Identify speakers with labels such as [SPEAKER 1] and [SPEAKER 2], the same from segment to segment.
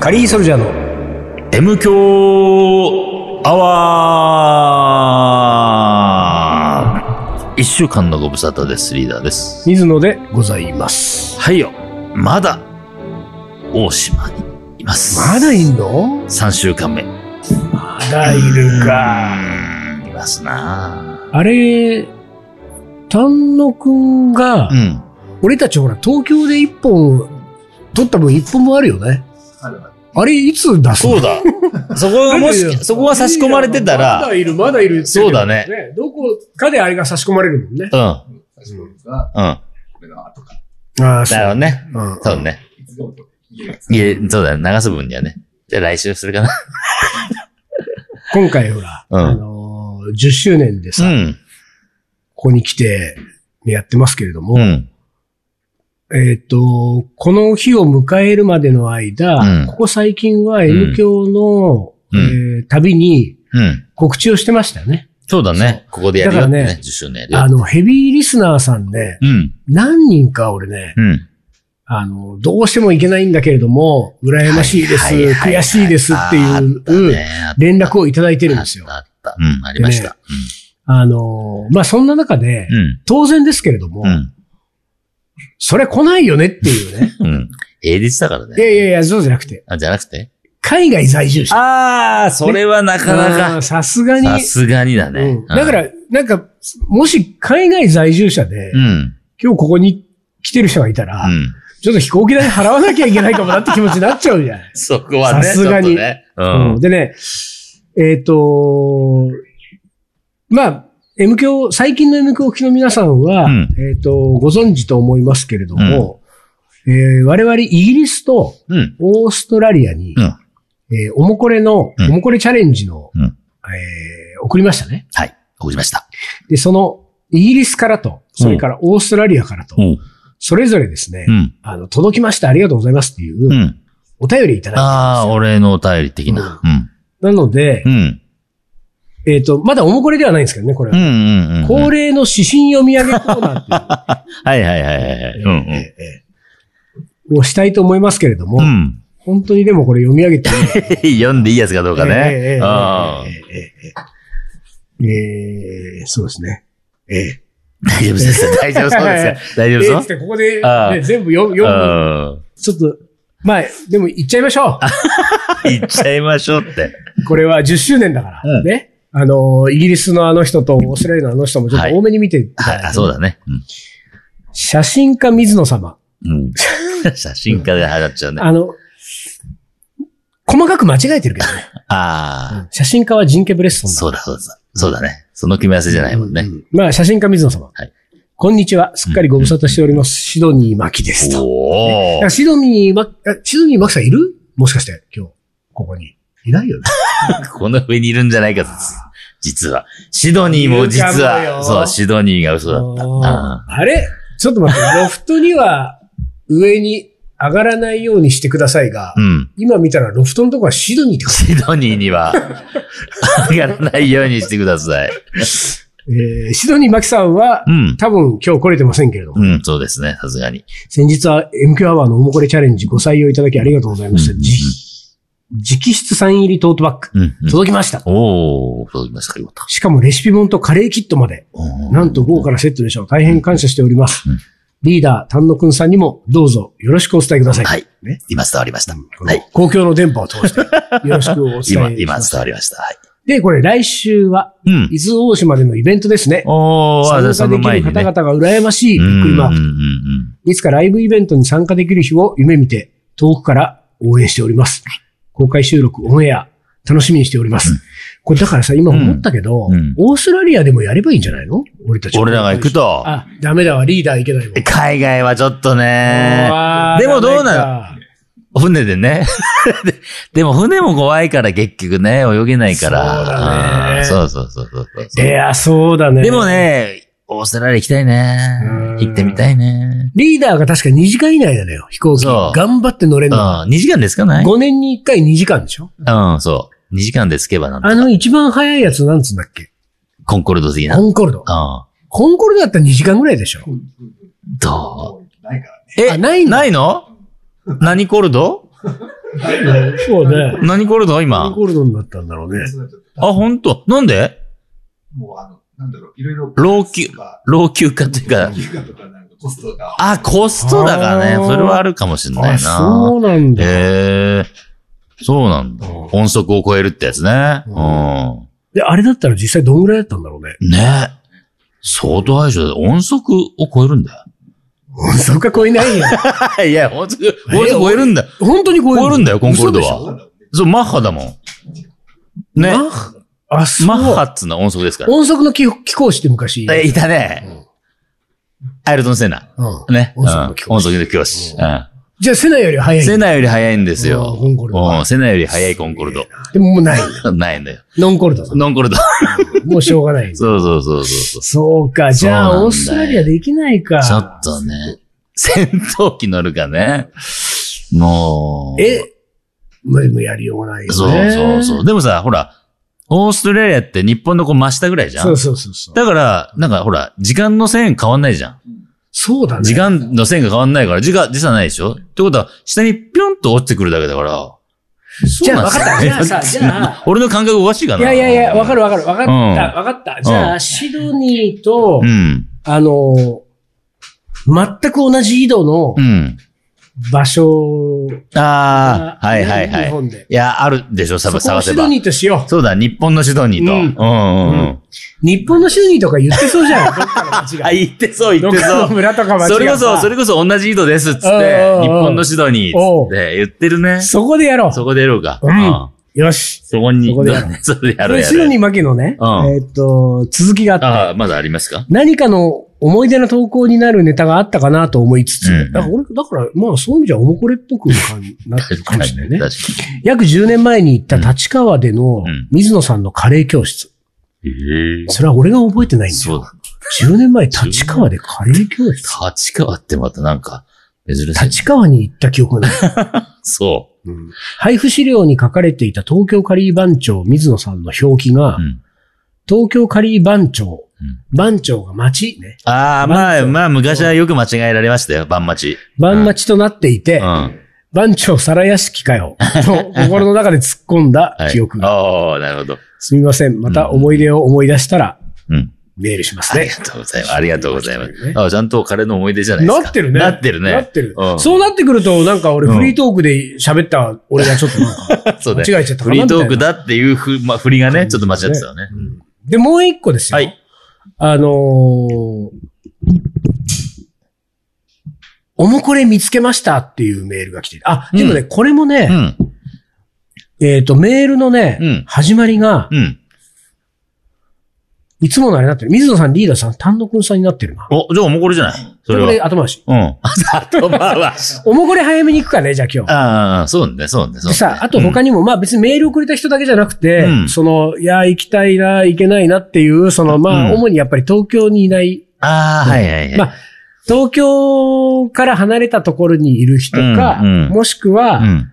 [SPEAKER 1] カリーソルジャーの
[SPEAKER 2] M 強アワー一週間のご無沙汰です、リーダーです。
[SPEAKER 1] 水野でございます。
[SPEAKER 2] はいよ。まだ、大島にいます。
[SPEAKER 1] まだいんの
[SPEAKER 2] 三週間目。
[SPEAKER 1] まだいるか。
[SPEAKER 2] うーんいますな
[SPEAKER 1] あれ、丹野くんが、
[SPEAKER 2] うん。
[SPEAKER 1] 俺たちほら、東京で一本、取った分一本もあるよね。あれ、いつ出すの
[SPEAKER 2] そう だ。そこがもし、そこが差し込まれてた
[SPEAKER 1] ま
[SPEAKER 2] ら、
[SPEAKER 1] だいる、まだいる、
[SPEAKER 2] そうだね。
[SPEAKER 1] どこかであれが差し込まれるもんね。
[SPEAKER 2] うん、
[SPEAKER 3] 私のが、
[SPEAKER 2] うん。
[SPEAKER 3] これが後か。
[SPEAKER 1] ああ、
[SPEAKER 2] だよね。
[SPEAKER 1] うん
[SPEAKER 2] そうね。
[SPEAKER 3] いつでもと言えない
[SPEAKER 2] いえ、そうだよ。流す分にはね。じゃあ来週するかな。
[SPEAKER 1] 今回ほら、
[SPEAKER 2] うん
[SPEAKER 1] あのー、10周年で
[SPEAKER 2] う
[SPEAKER 1] さ、こ
[SPEAKER 2] ん。
[SPEAKER 1] こに来て、やってますけれども、
[SPEAKER 2] うん。
[SPEAKER 1] えっ、と、この日を迎えるまでの間、
[SPEAKER 2] うん
[SPEAKER 1] ここ最近は N 教の、
[SPEAKER 2] うん
[SPEAKER 1] えー旅に
[SPEAKER 2] うん。
[SPEAKER 1] 告知をしてましたよね。
[SPEAKER 2] そうだね。ここでやるよって
[SPEAKER 1] だから
[SPEAKER 2] ね
[SPEAKER 1] ね。
[SPEAKER 2] 10周年やる
[SPEAKER 1] あ
[SPEAKER 2] よ。
[SPEAKER 1] の、ヘビーリスナーさんね、
[SPEAKER 2] うん。
[SPEAKER 1] 何人か俺ね、
[SPEAKER 2] うん。
[SPEAKER 1] あの、どうしてもいけないんだけれども、羨ましいです、
[SPEAKER 2] はいはいはいはい
[SPEAKER 1] 悔しいですって
[SPEAKER 2] あ
[SPEAKER 1] い
[SPEAKER 2] った
[SPEAKER 1] う
[SPEAKER 2] ねあった
[SPEAKER 1] 連絡をいただいてるんですよ。
[SPEAKER 2] あった。うん、ありました。
[SPEAKER 1] あの、まあ、そんな中で、
[SPEAKER 2] うん。
[SPEAKER 1] 当然ですけれども、
[SPEAKER 2] うん。
[SPEAKER 1] それ来ないよねっていう ね。
[SPEAKER 2] うん。平日だから
[SPEAKER 1] いや
[SPEAKER 2] ね。
[SPEAKER 1] いやいや、そうじゃなくて、
[SPEAKER 2] あ、じゃなくて
[SPEAKER 1] 海外在住者。
[SPEAKER 2] ああ、それはなかな
[SPEAKER 1] あー
[SPEAKER 2] か。
[SPEAKER 1] さすがに。
[SPEAKER 2] さすがにだね。
[SPEAKER 1] う
[SPEAKER 2] うん
[SPEAKER 1] んだから、なんか、もし海外在住者で、
[SPEAKER 2] うん。
[SPEAKER 1] 今日ここに来てる人がいたら、
[SPEAKER 2] うん。
[SPEAKER 1] ちょっと飛行機代払わなきゃいけないかもなって気持ちになっちゃうじゃん。
[SPEAKER 2] そこはね。
[SPEAKER 1] さすがに
[SPEAKER 2] ちょっとね う
[SPEAKER 1] うん
[SPEAKER 2] ん。
[SPEAKER 1] でね、えっ、と、まあ、M 教、最近の M 教機の皆さんは、
[SPEAKER 2] うん
[SPEAKER 1] えっ、と、ご存知と思いますけれども、えー我々イギリスと
[SPEAKER 2] うん。
[SPEAKER 1] オーストラリアに、
[SPEAKER 2] うん
[SPEAKER 1] えーおもこれの、
[SPEAKER 2] うん
[SPEAKER 1] おもこれチャレンジの、
[SPEAKER 2] うん
[SPEAKER 1] えー送りましたね。
[SPEAKER 2] はい。送りました。
[SPEAKER 1] で、その、イギリスからと、それからオーストラリアからと、
[SPEAKER 2] うん。
[SPEAKER 1] それぞれですね、
[SPEAKER 2] うん。
[SPEAKER 1] あの、届きました、ありがとうございますっていうう、
[SPEAKER 2] ん。
[SPEAKER 1] お便りいただ
[SPEAKER 2] ああ、お礼のお便り的な。うん。
[SPEAKER 1] いて、なので
[SPEAKER 2] う、ん。
[SPEAKER 1] えっ、と、まだおもこれではないんですけどね、これ
[SPEAKER 2] うん
[SPEAKER 1] は。
[SPEAKER 2] うんうん。
[SPEAKER 1] 恒例の指針読み上げコーナーっ
[SPEAKER 2] はいはいはいはいはい。
[SPEAKER 1] て
[SPEAKER 2] う
[SPEAKER 1] いう、
[SPEAKER 2] ん
[SPEAKER 1] ええええをしたいと思いますけれども、
[SPEAKER 2] うん。うん。
[SPEAKER 1] 本当にでもこれ読み上げていいのか
[SPEAKER 2] 読んでいいやつかどうか
[SPEAKER 1] え
[SPEAKER 2] ね。
[SPEAKER 1] えええええ
[SPEAKER 2] ああ
[SPEAKER 1] ええええええそうですね。ええ。
[SPEAKER 2] 大丈夫ですよ。大丈夫そうですよ。大
[SPEAKER 1] え
[SPEAKER 2] 丈
[SPEAKER 1] えつ
[SPEAKER 2] 夫
[SPEAKER 1] っ
[SPEAKER 2] そう
[SPEAKER 1] てここで、
[SPEAKER 2] ああ
[SPEAKER 1] ね、全部読む、読む。
[SPEAKER 2] う
[SPEAKER 1] ちょっと、まあ、でも言っちゃいましょう。
[SPEAKER 2] ん。行っちゃいましょ うって。
[SPEAKER 1] これは10周年だから、
[SPEAKER 2] うん
[SPEAKER 1] ね。あの、イギリスのあの人とオーストラリアのあの人もちょっ
[SPEAKER 2] はい
[SPEAKER 1] と多めに見ていただい
[SPEAKER 2] は
[SPEAKER 1] て
[SPEAKER 2] い、あそうだね。
[SPEAKER 1] 写真家水野様。
[SPEAKER 2] うん。 うん。写真家で払っちゃうね。
[SPEAKER 1] あの、細かく間違えてるけどね。う
[SPEAKER 2] ああ、
[SPEAKER 1] ん写真家はジンケ・ブレッソンだ。
[SPEAKER 2] そうだそうだ。そうだね。その組み合わせじゃないもんね
[SPEAKER 1] う。んまあ、写真家水野様。
[SPEAKER 2] はい
[SPEAKER 1] こんにちは。すっかりご無沙汰しております。シドニー・マキですと。
[SPEAKER 2] お
[SPEAKER 1] い
[SPEAKER 2] お
[SPEAKER 1] や。シドニー・マキ、あシドニー・マキさんいるもしかして、今日、ここに。いないよね。
[SPEAKER 2] この上にいるんじゃないかと。実は。シドニーも実
[SPEAKER 1] いるかもよ
[SPEAKER 2] は、そう、シドニーが嘘だった。
[SPEAKER 1] あーあれちょっと待 って、ロフトには上に上がらないようにしてくださいが
[SPEAKER 2] う、ん。
[SPEAKER 1] 今見たらロフトのとこはシドニーって書いて
[SPEAKER 2] シドニー には、上がらないようにしてくださ
[SPEAKER 1] あ
[SPEAKER 2] い。
[SPEAKER 1] るえーシドニーマキさんは
[SPEAKER 2] う、ん。
[SPEAKER 1] 多分今日来れてませんけれども、
[SPEAKER 2] うん、そうですね。さすがに。
[SPEAKER 1] 先日は MQ アワーのおもこれチャレンジご採用いただきありがとうございました。
[SPEAKER 2] うん
[SPEAKER 1] 直直筆サイン入りトートバッグ、
[SPEAKER 2] うん。うん
[SPEAKER 1] 届きました。
[SPEAKER 2] おお届きましたか、よかっ
[SPEAKER 1] しかもレシピ本とカレーキットまで、
[SPEAKER 2] た。
[SPEAKER 1] なんと豪華なセットでしょう。大変感謝しております
[SPEAKER 2] うん。
[SPEAKER 1] リーダー、丹野くんさんにもどうぞよろしくお伝えください。
[SPEAKER 2] はい。
[SPEAKER 1] ね
[SPEAKER 2] 今伝わりました。
[SPEAKER 1] この
[SPEAKER 2] はい。
[SPEAKER 1] 公共の電波を通して、よろしくお伝えし
[SPEAKER 2] 今、
[SPEAKER 1] ま
[SPEAKER 2] 今
[SPEAKER 1] す。
[SPEAKER 2] 伝わりました。はい。
[SPEAKER 1] で、これ来週は、
[SPEAKER 2] うん。
[SPEAKER 1] 伊豆大島でのイベントですね。
[SPEAKER 2] おー、あ
[SPEAKER 1] 参
[SPEAKER 2] じゃ
[SPEAKER 1] 加
[SPEAKER 2] あその
[SPEAKER 1] でき
[SPEAKER 2] 前
[SPEAKER 1] る
[SPEAKER 2] に
[SPEAKER 1] 方
[SPEAKER 2] ね。
[SPEAKER 1] 々が羨ましい、びっくりマー
[SPEAKER 2] うん
[SPEAKER 1] ク。
[SPEAKER 2] うんうん
[SPEAKER 1] いつかライブイベントに参加できる日を夢見て、遠くから応援しております。公開収録、オンエア、楽しみにしております。これだからさ、今思ったけど、
[SPEAKER 2] うんうん
[SPEAKER 1] オーストラリアでもやればいいんじゃないの俺たち。
[SPEAKER 2] 俺らが行く。と、
[SPEAKER 1] あ、ダメだわ、リーダー行けないもん。
[SPEAKER 2] 海外はちょっとね、
[SPEAKER 1] あー
[SPEAKER 2] でもどうなの
[SPEAKER 1] ダメ
[SPEAKER 2] 船でね。 ででも船も怖いから結局ね、泳げないから。
[SPEAKER 1] そうだね
[SPEAKER 2] うんそうそうそうそうそう
[SPEAKER 1] かいや、そうだね。
[SPEAKER 2] でもね、オーストラリア行きたいね
[SPEAKER 1] うん。
[SPEAKER 2] 行ってみたいね。
[SPEAKER 1] リーダーが確か2時間以内なのよ、飛行機。
[SPEAKER 2] そう
[SPEAKER 1] 頑張って乗れ
[SPEAKER 2] うんん、
[SPEAKER 1] の。
[SPEAKER 2] 2時間ですかない
[SPEAKER 1] 5年に1回2時間でしょ
[SPEAKER 2] うん、そう。2時間で着けばなん
[SPEAKER 1] あ
[SPEAKER 2] だ。
[SPEAKER 1] の一番早いやつなんつうんだっけ
[SPEAKER 2] コンコルド的な。
[SPEAKER 1] コ
[SPEAKER 2] うん。
[SPEAKER 1] ンコルド。コンコルドだったら2時間ぐらいでしょ
[SPEAKER 2] ど
[SPEAKER 3] ないからね。
[SPEAKER 2] うえ、
[SPEAKER 1] あないの
[SPEAKER 2] ないの何コルド
[SPEAKER 1] そうね。
[SPEAKER 2] 何コールド今。
[SPEAKER 1] ゴールドになったんだろうね。
[SPEAKER 3] そうなっちゃった
[SPEAKER 2] あ、ほんと。なんで
[SPEAKER 3] もうあの、なんだろう、いろいろ。
[SPEAKER 2] 老朽
[SPEAKER 3] とか
[SPEAKER 2] 老朽化っていう
[SPEAKER 3] 老
[SPEAKER 2] か、
[SPEAKER 3] 朽化とかなんかコストが。
[SPEAKER 2] あ、コストだから
[SPEAKER 1] あ
[SPEAKER 2] ね。
[SPEAKER 1] ー
[SPEAKER 2] それはあるかもしれない
[SPEAKER 1] あ、
[SPEAKER 2] な。
[SPEAKER 1] そうなんだ。
[SPEAKER 2] へえそうなんだ。
[SPEAKER 1] うん
[SPEAKER 2] 音速を超えるってやつね。
[SPEAKER 1] う
[SPEAKER 2] う
[SPEAKER 1] で、あれだったら実際どんぐらいだったんだろうね。
[SPEAKER 2] ん。ね相当相性だ。音速を超えるんだ
[SPEAKER 1] そっか超え ないよ。
[SPEAKER 2] よ。いや、音速、音速超えるんだ。
[SPEAKER 1] 本当に超える
[SPEAKER 2] 超えるんだよコンコルド
[SPEAKER 1] 嘘で
[SPEAKER 2] は
[SPEAKER 1] しょ
[SPEAKER 3] そうなんだもんね
[SPEAKER 2] そう、マッハだもん。ね。
[SPEAKER 1] マッハあ、そう。
[SPEAKER 2] マッハっつうのは音速ですから。
[SPEAKER 1] 音速の気気候士って昔。
[SPEAKER 2] え、いたね。アイルトン・セナ。
[SPEAKER 1] うん
[SPEAKER 2] ね。うん
[SPEAKER 1] 音速の教師
[SPEAKER 2] 音速の教師。う
[SPEAKER 1] じゃあ、セナより早
[SPEAKER 2] ん。
[SPEAKER 1] い。
[SPEAKER 2] セナより速いんです
[SPEAKER 1] う
[SPEAKER 2] よ
[SPEAKER 1] ん。コンコルドは
[SPEAKER 2] うんセナより速いコンコルド。
[SPEAKER 1] でももうない。
[SPEAKER 2] ないんだよ。
[SPEAKER 1] ノンコルドだ。
[SPEAKER 2] ノンコ ルド。
[SPEAKER 1] もうしょうがない。
[SPEAKER 2] そうそうそうそう。
[SPEAKER 1] そうか。じゃ
[SPEAKER 2] そうなんだ
[SPEAKER 1] あ、
[SPEAKER 2] よ
[SPEAKER 1] オーストラリアできないか。
[SPEAKER 2] ちょっとね、戦闘機乗るかね。もう。
[SPEAKER 1] え、無理もやりようがないよね。
[SPEAKER 2] そうそうそう。でもさ、ほら、オーストラリアって日本のこう真下ぐらいじゃん
[SPEAKER 1] そうそうそうそう。
[SPEAKER 2] だから、なんかほら、時間の線変わんないじゃん。
[SPEAKER 1] そうだね。
[SPEAKER 2] 時間の線が変わんないから、時間、時差ないでしょってことは、下にピョンと落ちてくるだけだから。
[SPEAKER 1] じゃあ、わかった。じゃあさ、じゃあ。
[SPEAKER 2] 俺の感覚おかしいか
[SPEAKER 1] い
[SPEAKER 2] な。
[SPEAKER 1] やいやいや、わか
[SPEAKER 2] る。
[SPEAKER 1] るわかる。わかった。
[SPEAKER 2] うん
[SPEAKER 1] わかった。じゃあ、シドニーと
[SPEAKER 2] う、ん。
[SPEAKER 1] あの、全く同じ緯度の
[SPEAKER 2] うん。
[SPEAKER 1] 場所が、
[SPEAKER 2] ああ、はいはい
[SPEAKER 1] 日
[SPEAKER 2] はい。
[SPEAKER 1] 本で。
[SPEAKER 2] いや、あるでしょ、さ
[SPEAKER 1] そこ
[SPEAKER 2] 探
[SPEAKER 1] を
[SPEAKER 2] せ
[SPEAKER 1] シ
[SPEAKER 2] ば
[SPEAKER 1] ド。ニーとしよう。
[SPEAKER 2] そうだ、日本のシドニーと。
[SPEAKER 1] う
[SPEAKER 2] うんんうんう。
[SPEAKER 1] うん日本のシドニーとか言ってそうじゃん。どっかの町が。
[SPEAKER 2] あ、言ってそう、言
[SPEAKER 1] ど
[SPEAKER 2] っ
[SPEAKER 1] って か
[SPEAKER 2] そ
[SPEAKER 1] の
[SPEAKER 2] う。
[SPEAKER 1] 村とか町がさ。
[SPEAKER 2] それこそ、それこそ同じ緯度ですっつって
[SPEAKER 1] う、ん
[SPEAKER 2] 日本のシドニーっつって言ってるね。
[SPEAKER 1] そこでやろう。
[SPEAKER 2] そこでやろうか。
[SPEAKER 1] うん
[SPEAKER 2] うん
[SPEAKER 1] よし。
[SPEAKER 2] そこに、
[SPEAKER 1] そこでやろ
[SPEAKER 2] そこでやろうや
[SPEAKER 1] シド
[SPEAKER 2] ろう
[SPEAKER 1] ニー負けのね、
[SPEAKER 2] うん
[SPEAKER 1] えーっと、続きがあって、
[SPEAKER 2] ああ、まだありますか
[SPEAKER 1] 何かの思い出の投稿になるネタがあったかなと思いつつ、
[SPEAKER 2] うん
[SPEAKER 1] だから俺だから、まあそういう意味じゃおもこれっぽく感じなってるかもしれないね。
[SPEAKER 2] 確か
[SPEAKER 1] 約10年前に行った立川での
[SPEAKER 2] うん
[SPEAKER 1] 水野さんのカレー教室。
[SPEAKER 2] に。へえ
[SPEAKER 1] それは俺が覚えてないんだ
[SPEAKER 2] そう
[SPEAKER 1] よ。
[SPEAKER 2] だ。
[SPEAKER 1] 10年前立川でカレー教室
[SPEAKER 2] 立川ってまたなんか、珍しい。
[SPEAKER 1] 立川に行った記憶がない。
[SPEAKER 2] そ
[SPEAKER 1] 配布資料に書かれていた東京カリー番長水野さんの表記が、
[SPEAKER 2] う。うん。
[SPEAKER 1] 東京カリー番長、
[SPEAKER 2] う
[SPEAKER 1] 番長が町ね、
[SPEAKER 2] ああ、まあまあ、昔はよく間違えられましたよ、晩町。
[SPEAKER 1] 番町となっていて、
[SPEAKER 2] うん。
[SPEAKER 1] 番長皿屋敷かよ、と心の中で突っ込んだ
[SPEAKER 2] はい
[SPEAKER 1] 記憶が。
[SPEAKER 2] ああ、なるほど。
[SPEAKER 1] すみません。また思い出を思い出したら、
[SPEAKER 2] うん。
[SPEAKER 1] メールします
[SPEAKER 2] あり
[SPEAKER 1] ね
[SPEAKER 2] が。とうございます。ありがとうございま
[SPEAKER 1] ね
[SPEAKER 2] す。あちゃんと彼の思い出じゃないですか。
[SPEAKER 1] なってるね。
[SPEAKER 2] なってるね。
[SPEAKER 1] なってる
[SPEAKER 2] う。ん
[SPEAKER 1] そうなってくると、なんか俺
[SPEAKER 2] うん
[SPEAKER 1] フリートークで喋った俺がちょっとなんか、
[SPEAKER 2] そう
[SPEAKER 1] 間
[SPEAKER 2] ね。
[SPEAKER 1] 違えちゃったか
[SPEAKER 2] フ
[SPEAKER 1] なみ
[SPEAKER 2] リ
[SPEAKER 1] たいな。
[SPEAKER 2] ートークだっていうふ、まあ、振りがね、ちょっと間違ってたよね。
[SPEAKER 1] うんで、もう一個ですよ。
[SPEAKER 2] はい
[SPEAKER 1] あのーおもこれ見つけましたっていうメールが来ているあ、でもね、これも
[SPEAKER 2] う
[SPEAKER 1] ね、
[SPEAKER 2] ん。
[SPEAKER 1] えっ、と、メールのね、
[SPEAKER 2] うん
[SPEAKER 1] 始まりが、
[SPEAKER 2] うん。
[SPEAKER 1] いつものあれになってる。水野さん、リーダーさん、丹野くんさんになってるな。
[SPEAKER 2] お、じゃあおもこれじゃないそれ
[SPEAKER 1] こ
[SPEAKER 2] は。
[SPEAKER 1] れ後回し。
[SPEAKER 2] うん。あと、まあまあ。
[SPEAKER 1] おもこれ早めに行くかね、じゃあ今日。
[SPEAKER 2] ああ、そうね、そうね、そうね。
[SPEAKER 1] でさ、あと他にも、まあ別にメールをくれた人だけじゃなくて、
[SPEAKER 2] うん
[SPEAKER 1] その、いや、行きたいな、行けないなっていう、その、まあ、
[SPEAKER 2] うん
[SPEAKER 1] 主にやっぱり東京にいない
[SPEAKER 2] ああ、はいはいはい。
[SPEAKER 1] まあ、東京から離れたところにいる人か、
[SPEAKER 2] うんうん
[SPEAKER 1] もしくは、
[SPEAKER 2] うん。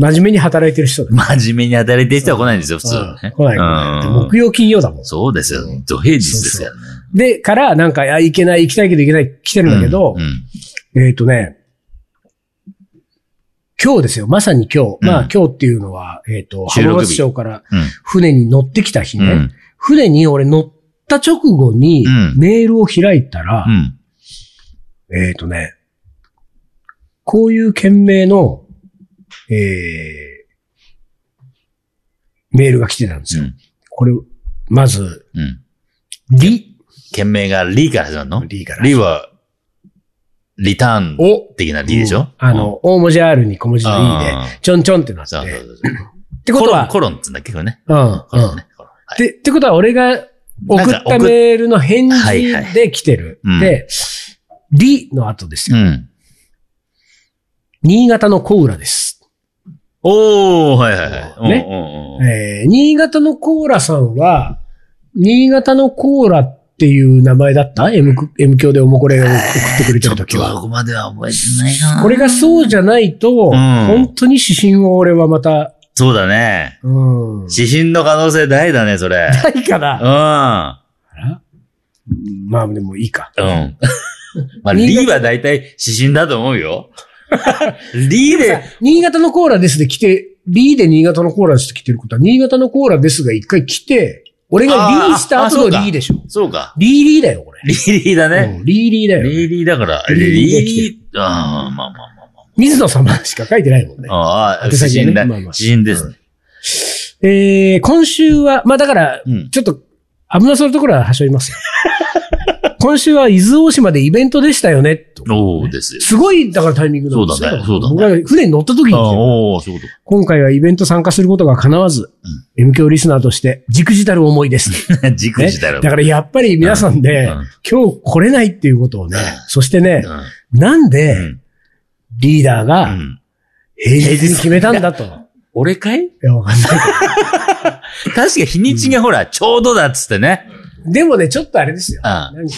[SPEAKER 1] 真面目に働いてる人だ。
[SPEAKER 2] 真面目に働いてる人は来ないんですよ、普通は
[SPEAKER 1] うん
[SPEAKER 2] ね。
[SPEAKER 1] 来ない来
[SPEAKER 2] う
[SPEAKER 1] ない
[SPEAKER 2] ん
[SPEAKER 1] 木曜金曜だもん。
[SPEAKER 2] そうですよ。土平日ですからね。
[SPEAKER 1] で、から、なんか、いや、行けない、行きたいけど行けない、来てるんだけど
[SPEAKER 2] う、ん。
[SPEAKER 1] えっ、とね、今日ですよ、まさに今日。
[SPEAKER 2] うん
[SPEAKER 1] まあ、今日っていうのは、えっ、と、
[SPEAKER 2] 収録日
[SPEAKER 1] 浜松町から
[SPEAKER 2] うん
[SPEAKER 1] 船に乗ってきた日
[SPEAKER 2] う
[SPEAKER 1] ね。
[SPEAKER 2] ん。
[SPEAKER 1] 船に俺乗った直後に
[SPEAKER 2] うん、
[SPEAKER 1] メールを開いたら、
[SPEAKER 2] うん。
[SPEAKER 1] えっ、とね、こういう件名の、えー、メールが来てたんですよ。
[SPEAKER 2] うん
[SPEAKER 1] これ、まず、
[SPEAKER 2] うん。
[SPEAKER 1] リ、
[SPEAKER 2] 件名がリーから始まるの
[SPEAKER 1] リーから。
[SPEAKER 2] リは、リターン
[SPEAKER 1] お
[SPEAKER 2] 的なリでしょ
[SPEAKER 1] あ、の、大文字 R に小文字の
[SPEAKER 2] うん
[SPEAKER 1] E で、ちょんちょんってなって。
[SPEAKER 2] そうそう
[SPEAKER 1] っ
[SPEAKER 2] そうそう。
[SPEAKER 1] てこ
[SPEAKER 2] コ
[SPEAKER 1] と
[SPEAKER 2] ロン、
[SPEAKER 1] は、
[SPEAKER 2] コロンっつうんだっけどね。コ
[SPEAKER 1] うん、う
[SPEAKER 2] ロ
[SPEAKER 1] ん。
[SPEAKER 2] ン
[SPEAKER 1] っ
[SPEAKER 2] ね。コロンはい
[SPEAKER 1] て、ってことは、俺が送
[SPEAKER 2] な
[SPEAKER 1] っ
[SPEAKER 2] んか
[SPEAKER 1] た
[SPEAKER 2] 送っ
[SPEAKER 1] メールの返
[SPEAKER 2] はいは
[SPEAKER 1] 事
[SPEAKER 2] い
[SPEAKER 1] で来てる。
[SPEAKER 2] うん
[SPEAKER 1] で、リの後です
[SPEAKER 2] う
[SPEAKER 1] よ。
[SPEAKER 2] ん。
[SPEAKER 1] 新潟の小浦です。
[SPEAKER 2] おー、はいはいはい。
[SPEAKER 1] ね
[SPEAKER 2] うんうんうん
[SPEAKER 1] えー新潟のコーラさんは、新潟のコーラっていう名前だった ?M く、M 教でおもこれを送ってくれて
[SPEAKER 2] ちょ
[SPEAKER 1] る
[SPEAKER 2] っ
[SPEAKER 1] とき
[SPEAKER 2] とはこ
[SPEAKER 1] は。
[SPEAKER 2] こまでは覚えてないな。
[SPEAKER 1] これがそうじゃないと、本当に指針を俺はまた、
[SPEAKER 2] そうだね。
[SPEAKER 1] うん。
[SPEAKER 2] 指針の可能性大だね、そ れ。
[SPEAKER 1] ないか
[SPEAKER 2] うん。
[SPEAKER 1] な。
[SPEAKER 2] う
[SPEAKER 1] まあでもいいか。
[SPEAKER 2] ん。まあ、リーは大体指針だと思うよ。リーで、
[SPEAKER 1] 新潟のコーラですで来て、リーで新潟のコーラですって来てることは、新潟のコーラですが一回来て、俺がリーした後のリーでしょ。
[SPEAKER 2] そうか。
[SPEAKER 1] リーリーだよ、これ。
[SPEAKER 2] リーリーだね。
[SPEAKER 1] うんリーリーだよ。
[SPEAKER 2] リーリーだから、
[SPEAKER 1] リーリー
[SPEAKER 2] リ
[SPEAKER 1] で来
[SPEAKER 2] ー
[SPEAKER 1] て
[SPEAKER 2] リー、ああ、まあまあまあま
[SPEAKER 1] 水野様しか書いてないもんね
[SPEAKER 2] あ。。ああ、
[SPEAKER 1] 宛
[SPEAKER 2] 不
[SPEAKER 1] 先ね
[SPEAKER 2] 審だ。
[SPEAKER 1] まあまあ
[SPEAKER 2] 不審ですね。
[SPEAKER 1] えー、今週は、まあだから、
[SPEAKER 2] うん。
[SPEAKER 1] ちょっと、危なそうなところははしょりますよ。 今週は伊豆大島でイベントでしたよね、と。
[SPEAKER 2] そうですよ。
[SPEAKER 1] すごい、だからタイミングなんです
[SPEAKER 2] そうだねそうだね
[SPEAKER 1] 僕が船に乗った時に
[SPEAKER 2] あ
[SPEAKER 1] 来て
[SPEAKER 2] あ、
[SPEAKER 1] る、
[SPEAKER 2] おおそういうこ
[SPEAKER 1] 今回はイベント参加することが叶わず、M 響リスナーとして、じくじたる思いです。
[SPEAKER 2] と。じくじだろ。
[SPEAKER 1] だからやっぱり皆さんで、
[SPEAKER 2] うん
[SPEAKER 1] 今日来れないっていうことをね、そしてね、
[SPEAKER 2] うん
[SPEAKER 1] なんで
[SPEAKER 2] うん
[SPEAKER 1] リーダー
[SPEAKER 2] う
[SPEAKER 1] が
[SPEAKER 2] ん
[SPEAKER 1] 平日に決めたんだと。い
[SPEAKER 2] 俺かい
[SPEAKER 1] や、わかんない
[SPEAKER 2] 確か日にちがほら、ちょうどだっつってね。
[SPEAKER 1] けど。でもね、ちょっとあれですよ。
[SPEAKER 2] うん。
[SPEAKER 1] なんか、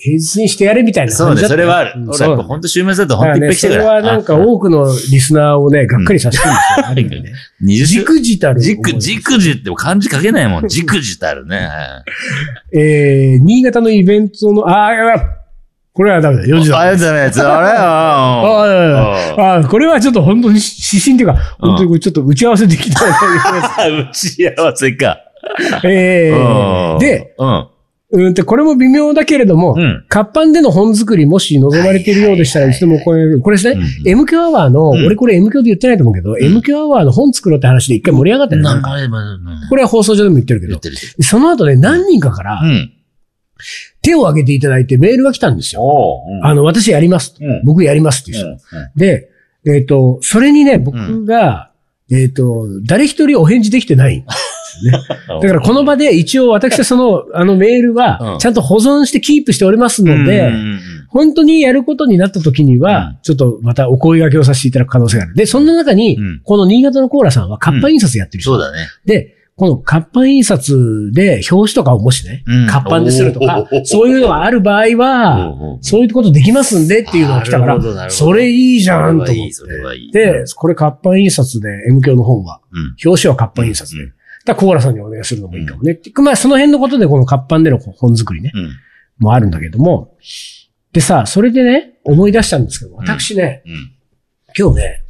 [SPEAKER 1] 平日にしてやれみたいな
[SPEAKER 2] そう
[SPEAKER 1] 感じだ
[SPEAKER 2] ね、
[SPEAKER 1] った
[SPEAKER 2] それはある。
[SPEAKER 1] うん
[SPEAKER 2] 俺
[SPEAKER 1] そう
[SPEAKER 2] や
[SPEAKER 1] な
[SPEAKER 2] っ
[SPEAKER 1] の
[SPEAKER 2] ぱ本当週末だと
[SPEAKER 1] だか
[SPEAKER 2] 本
[SPEAKER 1] ら
[SPEAKER 2] 当いっ
[SPEAKER 1] ね、
[SPEAKER 2] ぱい来
[SPEAKER 1] そ
[SPEAKER 2] て
[SPEAKER 1] れ
[SPEAKER 2] から。
[SPEAKER 1] はなんか多くのリスナーをね、がっかりさせてるんですよある意味ね。
[SPEAKER 2] 20
[SPEAKER 1] じ
[SPEAKER 2] 週
[SPEAKER 1] くじたる。
[SPEAKER 2] じく、じくじって漢字書けないも ん。じくじたるね。はい
[SPEAKER 1] えー、新潟のイベントの、あーやばい、これはダメだ、4時だ。
[SPEAKER 2] あれだね、あれ
[SPEAKER 1] あ
[SPEAKER 2] ああ
[SPEAKER 1] ーあー、これはちょっと本当に指針というか、本当にこれちょっと打ち合わせできたら
[SPEAKER 2] 打ち合わせか。
[SPEAKER 1] え
[SPEAKER 2] う
[SPEAKER 1] ー、
[SPEAKER 2] ん
[SPEAKER 1] で、、
[SPEAKER 2] うん。
[SPEAKER 1] うんと、これも微妙だけれども、
[SPEAKER 2] うん
[SPEAKER 1] 活版での本作りもし望まれているようでしたら、いつでもこれ、これですね、
[SPEAKER 2] え、
[SPEAKER 1] MQ アワーの、
[SPEAKER 2] うん
[SPEAKER 1] 俺これ MQ で言ってないと思うけど、MQ アワーの本作ろうって話で一回盛り上がったよね。
[SPEAKER 2] なんか、うん
[SPEAKER 1] これは放送上でも言ってるけ
[SPEAKER 2] 言
[SPEAKER 1] ど
[SPEAKER 2] っ。てるし。
[SPEAKER 1] その後ね、何人かから
[SPEAKER 2] うん。
[SPEAKER 1] 手を挙げていただいてメールが来たんですよ。
[SPEAKER 2] おう
[SPEAKER 1] あの、私やりますと。
[SPEAKER 2] うん
[SPEAKER 1] 僕やりますっていう人。で、えっ、と、それにね、僕が、えっ、と、誰一人お返事できてないんですよね。だからこの場で一応私はそ の、あのメール
[SPEAKER 2] う
[SPEAKER 1] は
[SPEAKER 2] ん、
[SPEAKER 1] ちゃんと保存してキープしておりますので、本当にやることになった時には、
[SPEAKER 2] うん
[SPEAKER 1] ちょっとまたお声掛けをさせていただく可能性がある。で、そんな中に、
[SPEAKER 2] うん
[SPEAKER 1] この新潟のコーラさんは活版印刷やってる人。
[SPEAKER 2] そうだね。
[SPEAKER 1] で、この活版印刷で表紙とかをもしね、
[SPEAKER 2] うん
[SPEAKER 1] 活版ですると
[SPEAKER 2] お
[SPEAKER 1] か
[SPEAKER 2] ーおーおー、
[SPEAKER 1] そういうのがある場合は、そういうことできますんでっていうのが来たか
[SPEAKER 2] なるほどな
[SPEAKER 1] ら、
[SPEAKER 2] るほど
[SPEAKER 1] それいいじゃんと思って。
[SPEAKER 2] それはいいそれはい
[SPEAKER 1] で、
[SPEAKER 2] い
[SPEAKER 1] これ活版印刷で、M 教の本は、
[SPEAKER 2] うん。
[SPEAKER 1] 表紙は活版印刷で。
[SPEAKER 2] うん
[SPEAKER 1] だからコーラさんにお願いするのもいいかもね。ってまあ、その辺のことでこの活版での本作りね。
[SPEAKER 2] うん。
[SPEAKER 1] もあるんだけども。でさ、それでね、思い出したんですけど、私ね、
[SPEAKER 2] うん。
[SPEAKER 1] 今日ね、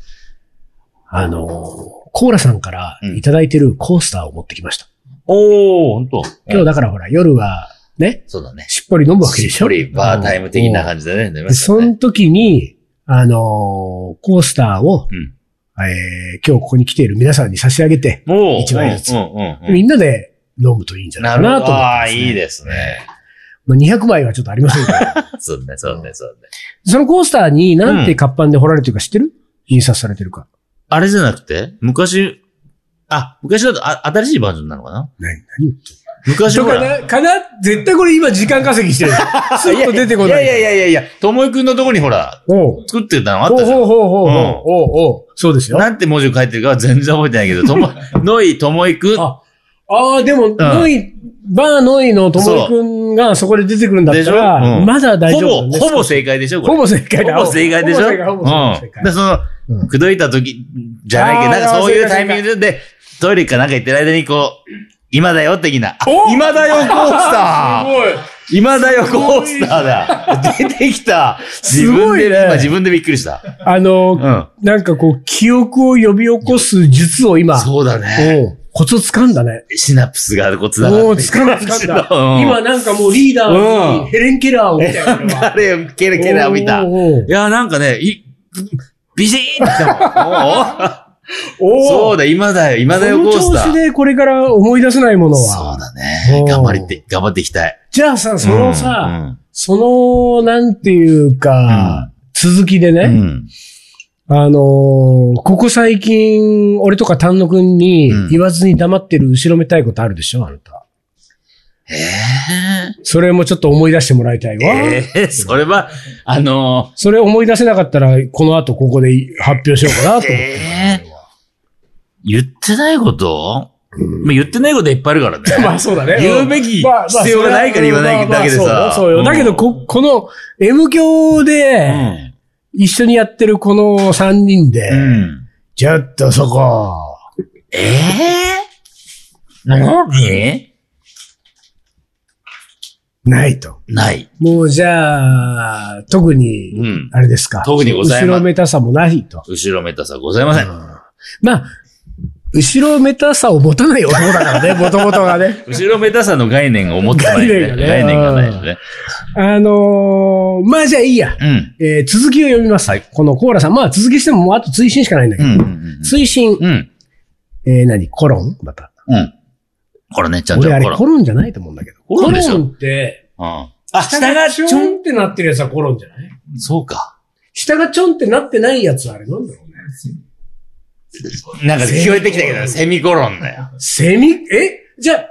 [SPEAKER 1] あのーコーラさんからいただいてるコースターを持ってきました。
[SPEAKER 2] おお本当。
[SPEAKER 1] 今日だからほら、夜はね、
[SPEAKER 2] そうだね。
[SPEAKER 1] しっぽり飲むわけでしょ。
[SPEAKER 2] 一人バータイム的な感じだね。
[SPEAKER 1] で、その時に、あのーコースターを、
[SPEAKER 2] うん
[SPEAKER 1] えー今日ここに来ている皆さんに差し上げて、
[SPEAKER 2] もう、
[SPEAKER 1] 一枚ずつ
[SPEAKER 2] うんうんうん
[SPEAKER 1] みんなで飲むといいんじゃない
[SPEAKER 2] な
[SPEAKER 1] か
[SPEAKER 2] るほ
[SPEAKER 1] なと
[SPEAKER 2] ど。
[SPEAKER 1] 思って
[SPEAKER 2] あ
[SPEAKER 1] ま
[SPEAKER 2] あ、
[SPEAKER 1] すね、
[SPEAKER 2] いいですね。
[SPEAKER 1] まあ200枚はちょっとありませんけど。
[SPEAKER 2] そうね、そうね、そうね。
[SPEAKER 1] そのコースターになんて活版で彫られてるか知ってる印刷されてるか。
[SPEAKER 2] あれじゃなくて昔、あ、昔だと、あ、新しいバージョンなのかな
[SPEAKER 1] 何何
[SPEAKER 2] 昔
[SPEAKER 1] と
[SPEAKER 2] ほ。
[SPEAKER 1] からな、かな絶対これ今時間稼ぎして る。スッと出てこない。
[SPEAKER 2] いやいやいやいやいや、ともいくんのとこにほら、
[SPEAKER 1] おう
[SPEAKER 2] 作ってたのあっ
[SPEAKER 1] ほう
[SPEAKER 2] たじゃん。
[SPEAKER 1] ほうほうほうほう
[SPEAKER 2] うん
[SPEAKER 1] おうおうそうですよ。あ
[SPEAKER 2] なんて文字を書いてるかは全然覚えてないけど、と も、のいともいく
[SPEAKER 1] ああー、でも、ノイ、バーノイのともりくんがそこで出てくるんだった
[SPEAKER 2] でし
[SPEAKER 1] ら、
[SPEAKER 2] ょうん
[SPEAKER 1] まだ大
[SPEAKER 2] ほ
[SPEAKER 1] 丈夫、
[SPEAKER 2] ぼ、
[SPEAKER 1] ね。
[SPEAKER 2] ほぼ正解でしょこ
[SPEAKER 1] ほ
[SPEAKER 2] れ
[SPEAKER 1] ぼ正解だ。
[SPEAKER 2] ほぼ正解でしょ
[SPEAKER 1] ほぼ正解、ほぼ正
[SPEAKER 2] うん。で、
[SPEAKER 1] 解。
[SPEAKER 2] その、口説いた時、じゃないけど、
[SPEAKER 1] あー
[SPEAKER 2] なんかそういう
[SPEAKER 1] 正
[SPEAKER 2] タ
[SPEAKER 1] 解
[SPEAKER 2] イミングで、トイレかなんか行ってる間に、こう、今だよ、的な。あ
[SPEAKER 1] お
[SPEAKER 2] 今だよ、コースター
[SPEAKER 1] ごい。
[SPEAKER 2] 今だよ、コースターだ出てきた
[SPEAKER 1] すごいね
[SPEAKER 2] 自分で今自分でびっくりした。
[SPEAKER 1] あの、
[SPEAKER 2] うん。
[SPEAKER 1] なんかこう、記憶を呼び起こす術を今、
[SPEAKER 2] そうだね。
[SPEAKER 1] おうコツを掴んだね。
[SPEAKER 2] シナプスがあるコツだ
[SPEAKER 1] おう掴んだ、掴んだ。今なんかもうリーダー
[SPEAKER 2] うん
[SPEAKER 1] にヘレン・ケラーを見 たよ俺は
[SPEAKER 2] 誰よ、ケラケラ見た。いや、なんかね、い、ビシーンってきたもん。おおそう
[SPEAKER 1] だ。
[SPEAKER 2] だ、今だよ、今だよ、
[SPEAKER 1] こ
[SPEAKER 2] コ
[SPEAKER 1] の
[SPEAKER 2] ースタ
[SPEAKER 1] 調子
[SPEAKER 2] ー。
[SPEAKER 1] でこれから思い出せないもの
[SPEAKER 2] そ
[SPEAKER 1] は。
[SPEAKER 2] うだね
[SPEAKER 1] お。ー
[SPEAKER 2] 頑張りって、頑張っていきたい。
[SPEAKER 1] じゃあさ、そのさ、
[SPEAKER 2] うん、
[SPEAKER 1] その、なんていうか、続きで
[SPEAKER 2] うん
[SPEAKER 1] ね、あのー、ここ最近、俺とか丹野くんに
[SPEAKER 2] うん
[SPEAKER 1] 言わずに黙ってる後ろめたいことあるでしょ、あなた。
[SPEAKER 2] ええ
[SPEAKER 1] それもちょっと思い出してもらいたいわ。
[SPEAKER 2] ええそれは、あの
[SPEAKER 1] それ思い出せなかったら、この後ここで発表しようかなと思っ
[SPEAKER 2] ー、
[SPEAKER 1] て。
[SPEAKER 2] ええ言ってないこと、
[SPEAKER 1] うん
[SPEAKER 2] まあ、言ってないこといっぱいあるからね。
[SPEAKER 1] まあそうだね
[SPEAKER 2] 言うべき必要がないから言わないだけでさ
[SPEAKER 1] まあまあそうよそうよ。
[SPEAKER 2] うん
[SPEAKER 1] だけど、こ、この M 教
[SPEAKER 2] う
[SPEAKER 1] で
[SPEAKER 2] ん。
[SPEAKER 1] 一緒にやってるこの3人で、
[SPEAKER 2] うん。
[SPEAKER 1] ちょっとそこ、
[SPEAKER 2] ええ何
[SPEAKER 1] ないと。
[SPEAKER 2] ない。
[SPEAKER 1] もうじゃあ、特
[SPEAKER 2] う
[SPEAKER 1] に、
[SPEAKER 2] ん。
[SPEAKER 1] あれですか。
[SPEAKER 2] 特にございま
[SPEAKER 1] 後ろめたさもないと。
[SPEAKER 2] 後ろめたさございません。
[SPEAKER 1] まあ、後ろめたさを持たない男だから ね、もともとがね。
[SPEAKER 2] 後ろめたさの概念を持ってない
[SPEAKER 1] 概
[SPEAKER 2] ね。
[SPEAKER 1] 念がね
[SPEAKER 2] 概念がないよね。
[SPEAKER 1] あのーまあじゃあいいや。
[SPEAKER 2] うん。
[SPEAKER 1] えー続きを読みます。
[SPEAKER 2] はい
[SPEAKER 1] このコーラさん。まあ続きしてももうあと追伸しかないんだけ
[SPEAKER 2] う
[SPEAKER 1] ど。
[SPEAKER 2] んうん
[SPEAKER 1] 追伸、
[SPEAKER 2] うん。うん。
[SPEAKER 1] えー何コロンまた。
[SPEAKER 2] うん。これね、ちゃんと
[SPEAKER 1] 俺あれ
[SPEAKER 2] これ。
[SPEAKER 1] コロンじゃないと思うんだけど。
[SPEAKER 2] コロンでしょ
[SPEAKER 1] って、
[SPEAKER 2] あ、下
[SPEAKER 1] 下が
[SPEAKER 2] が
[SPEAKER 1] ち
[SPEAKER 2] ち
[SPEAKER 1] ょ
[SPEAKER 2] ょん。
[SPEAKER 1] んってなってるやつはコロンじゃない
[SPEAKER 2] そうか。
[SPEAKER 1] 下がちょんってなってないやつはあれなんだろうね。
[SPEAKER 2] なんか聞こえてきたけど、セミコロンだよ。
[SPEAKER 1] セミ、えじゃあ、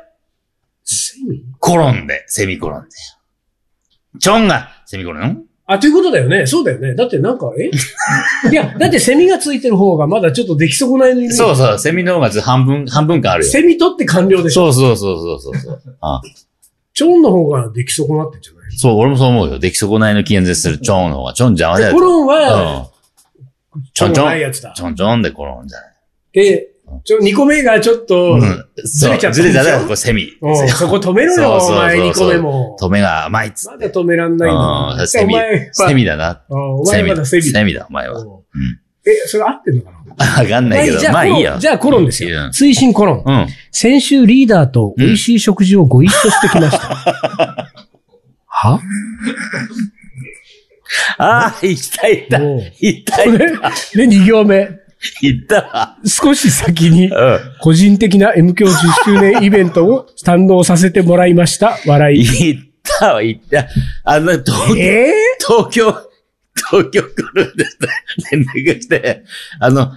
[SPEAKER 1] セミ
[SPEAKER 2] コロンで、セミコロンで。チョンが、セミコロン
[SPEAKER 1] あ、ということだよね。そうだよね。だってなんか、え いや、だってセミがついてる方がまだちょっと出来損ないのに、
[SPEAKER 2] そうそう、セミの方がず半分、半分間あるよ。
[SPEAKER 1] セミ取って完了でしょ。
[SPEAKER 2] そうそうそうそうそう。あ
[SPEAKER 1] チョンの方が出来損なってんじゃない
[SPEAKER 2] そう、俺もそう思うよ。出来損ないの健全するチョンの方が、チョン邪魔だ
[SPEAKER 1] で
[SPEAKER 2] よ。
[SPEAKER 1] コロンは、
[SPEAKER 2] うん。チョンチ
[SPEAKER 1] が
[SPEAKER 2] ョ
[SPEAKER 1] ない
[SPEAKER 2] ン。
[SPEAKER 1] やつだ
[SPEAKER 2] チ。ョンチョンでコロンじゃない。
[SPEAKER 1] で、ちょ、2個目がちょっと、
[SPEAKER 2] うん。
[SPEAKER 1] ずれちゃったんでしょ
[SPEAKER 2] そうずれちゃったよ、これセミ。
[SPEAKER 1] うんそこ止めろよ、
[SPEAKER 2] そうそうそう
[SPEAKER 1] お
[SPEAKER 2] そう
[SPEAKER 1] 前2個目も。
[SPEAKER 2] 止めが甘いっつっ
[SPEAKER 1] ま
[SPEAKER 2] て
[SPEAKER 1] だ。止めらんないん
[SPEAKER 2] う
[SPEAKER 1] だ。
[SPEAKER 2] んセミ
[SPEAKER 1] お前、
[SPEAKER 2] セミだな。
[SPEAKER 1] あお前
[SPEAKER 2] セミ
[SPEAKER 1] まだ
[SPEAKER 2] だ。
[SPEAKER 1] セミ。
[SPEAKER 2] セミだ、お前は。わ
[SPEAKER 1] うんえ、それ合ってんのかな
[SPEAKER 2] かんないけ
[SPEAKER 1] じゃ
[SPEAKER 2] ど、
[SPEAKER 1] あ
[SPEAKER 2] まあいい
[SPEAKER 1] コロ
[SPEAKER 2] よ
[SPEAKER 1] ンじ。ゃあコロンです
[SPEAKER 2] いい
[SPEAKER 1] よ
[SPEAKER 2] よ。
[SPEAKER 1] 推進コロン。
[SPEAKER 2] うん。
[SPEAKER 1] 先週リーダーと美味しい食事をご一緒してきま した。は
[SPEAKER 2] ああ、行きたい、行った。
[SPEAKER 1] おう
[SPEAKER 2] 行った、
[SPEAKER 1] こ
[SPEAKER 2] 行っ
[SPEAKER 1] れ、で、2行目。
[SPEAKER 2] た行ったわ。
[SPEAKER 1] 少し先に、
[SPEAKER 2] うん。
[SPEAKER 1] 個人的な M 教10周年イベントを堪能させてもらいました。笑い。
[SPEAKER 2] 行ったわ、行った。あの、東京、
[SPEAKER 1] え
[SPEAKER 2] 東京、東京来るんですって連絡して、あの、